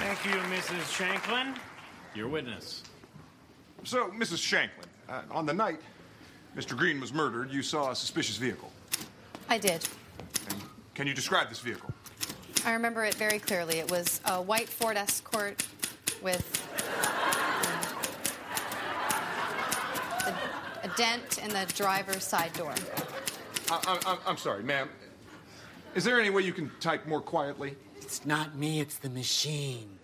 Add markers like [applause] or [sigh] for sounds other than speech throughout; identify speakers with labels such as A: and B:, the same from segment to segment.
A: Thank you, Mrs. Shanklin. Your witness.
B: So, Mrs. Shanklin, uh, on the night Mr. Green was murdered, you saw a suspicious vehicle.
C: I did.
B: Can you describe this vehicle?
C: I remember it very clearly. It was a white Ford Escort with um, a, a dent in the driver's side door.
B: I, I, I'm- I'm sorry, ma'am. Is there any way you can type more quietly?
D: It's not me, it's the machine.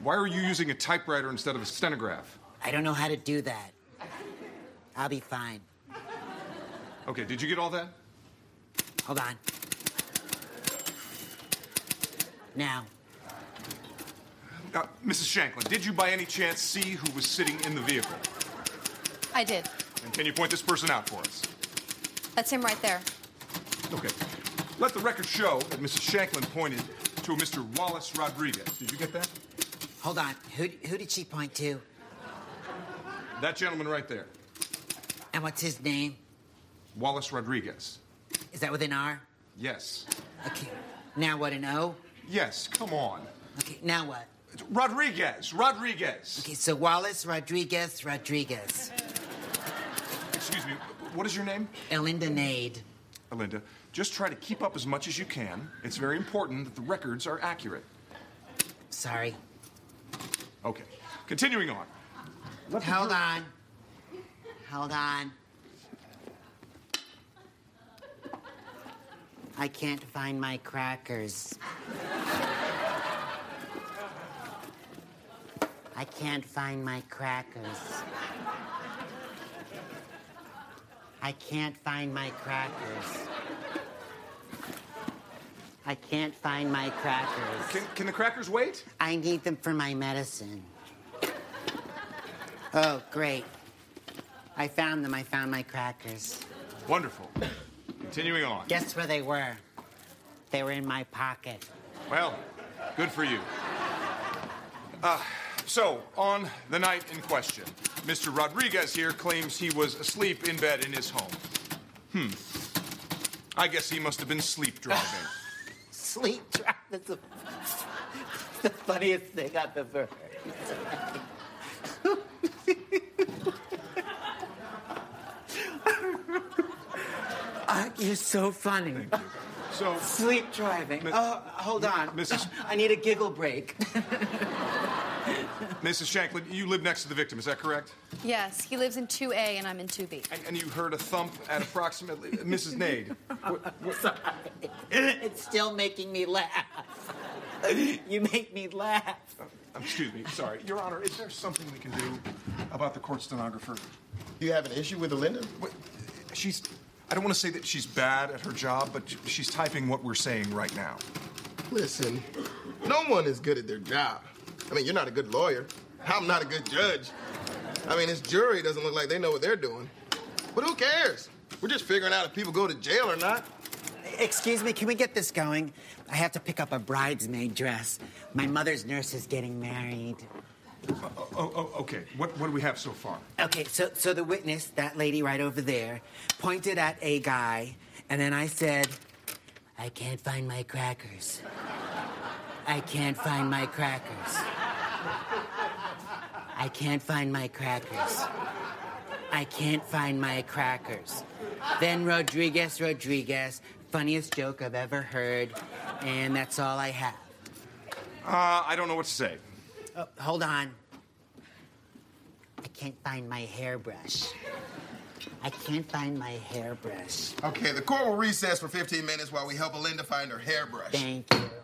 B: Why are you using a typewriter instead of a stenograph?
D: I don't know how to do that. I'll be fine.
B: Okay, did you get all that?
D: Hold on. Now,
B: Uh, Mrs. Shanklin, did you by any chance see who was sitting in the vehicle?
C: I did.
B: And can you point this person out for us?
C: That's him right there.
B: Okay. Let the record show that Mrs. Shanklin pointed to a Mr. Wallace Rodriguez. Did you get that?
D: hold on. Who, who did she point to?
B: That gentleman right there,
D: And what's his name?
B: Wallace Rodriguez.
D: Is that with an R?
B: Yes.
D: Okay. Now what, an O?
B: Yes, come on.
D: Okay, now what?
B: It's Rodriguez, Rodriguez.
D: Okay, so Wallace Rodriguez Rodriguez.
B: Excuse me, what is your name?
D: Elinda Nade.
B: Alinda, just try to keep up as much as you can. It's very important that the records are accurate.
D: Sorry.
B: Okay, continuing on. Let the
D: Hold
B: jury-
D: on. Hold on. I can't find my crackers. I can't find my crackers. I can't find my crackers. I can't find my crackers.
B: Can, can the crackers wait?
D: I need them for my medicine. Oh, great. I found them. I found my crackers.
B: Wonderful. Continuing on.
D: Guess where they were? They were in my pocket.
B: Well, good for you. Uh, so, on the night in question, Mr. Rodriguez here claims he was asleep in bed in his home. Hmm. I guess he must have been sleep driving.
D: Sleep trap. That's the, the funniest thing I've ever heard. [laughs] Ah, You're so funny.
B: so,
D: Sleep driving. oh, hold on.
B: Mrs.
D: I need a giggle break.
B: Mrs. Shanklin, you live next to the victim, is that correct?
C: Yes, he lives in 2A and I'm in 2B.
B: And, and you heard a thump at approximately. Mrs. Nade. Um,
D: it's still making me laugh. you make me laugh.
B: Um, Excuse me, sorry. Your Honor, is there something we can do about the court stenographer?
E: Do you have an issue with Alinda?
B: Wait, She's. I don't want to say that she's bad at her job, but she's typing what we're saying right now.
E: Listen, no one is good at their job. I mean, you're not a good lawyer. I'm not a good judge. I mean, this jury doesn't look like they know what they're doing. But who cares? We're just figuring out if people go to jail or not.
D: Excuse me, can we get this going? I have to pick up a bridesmaid dress. My mother's nurse is getting married.
B: Oh, oh, oh, okay. What, what do we have so far?
D: Okay, so so the witness, that lady right over there, pointed at a guy, and then I said, I can't find my crackers. I can't find my crackers. I can't find my crackers. I can't find my crackers. Then Rodriguez, Rodriguez, funniest joke I've ever heard, and that's all I have.
B: Uh, I don't know what to say.
D: Oh, hold on. I can't find my hairbrush. I can't find my hairbrush.
E: Okay, the court will recess for 15 minutes while we help Alinda find her hairbrush.
D: Thank you.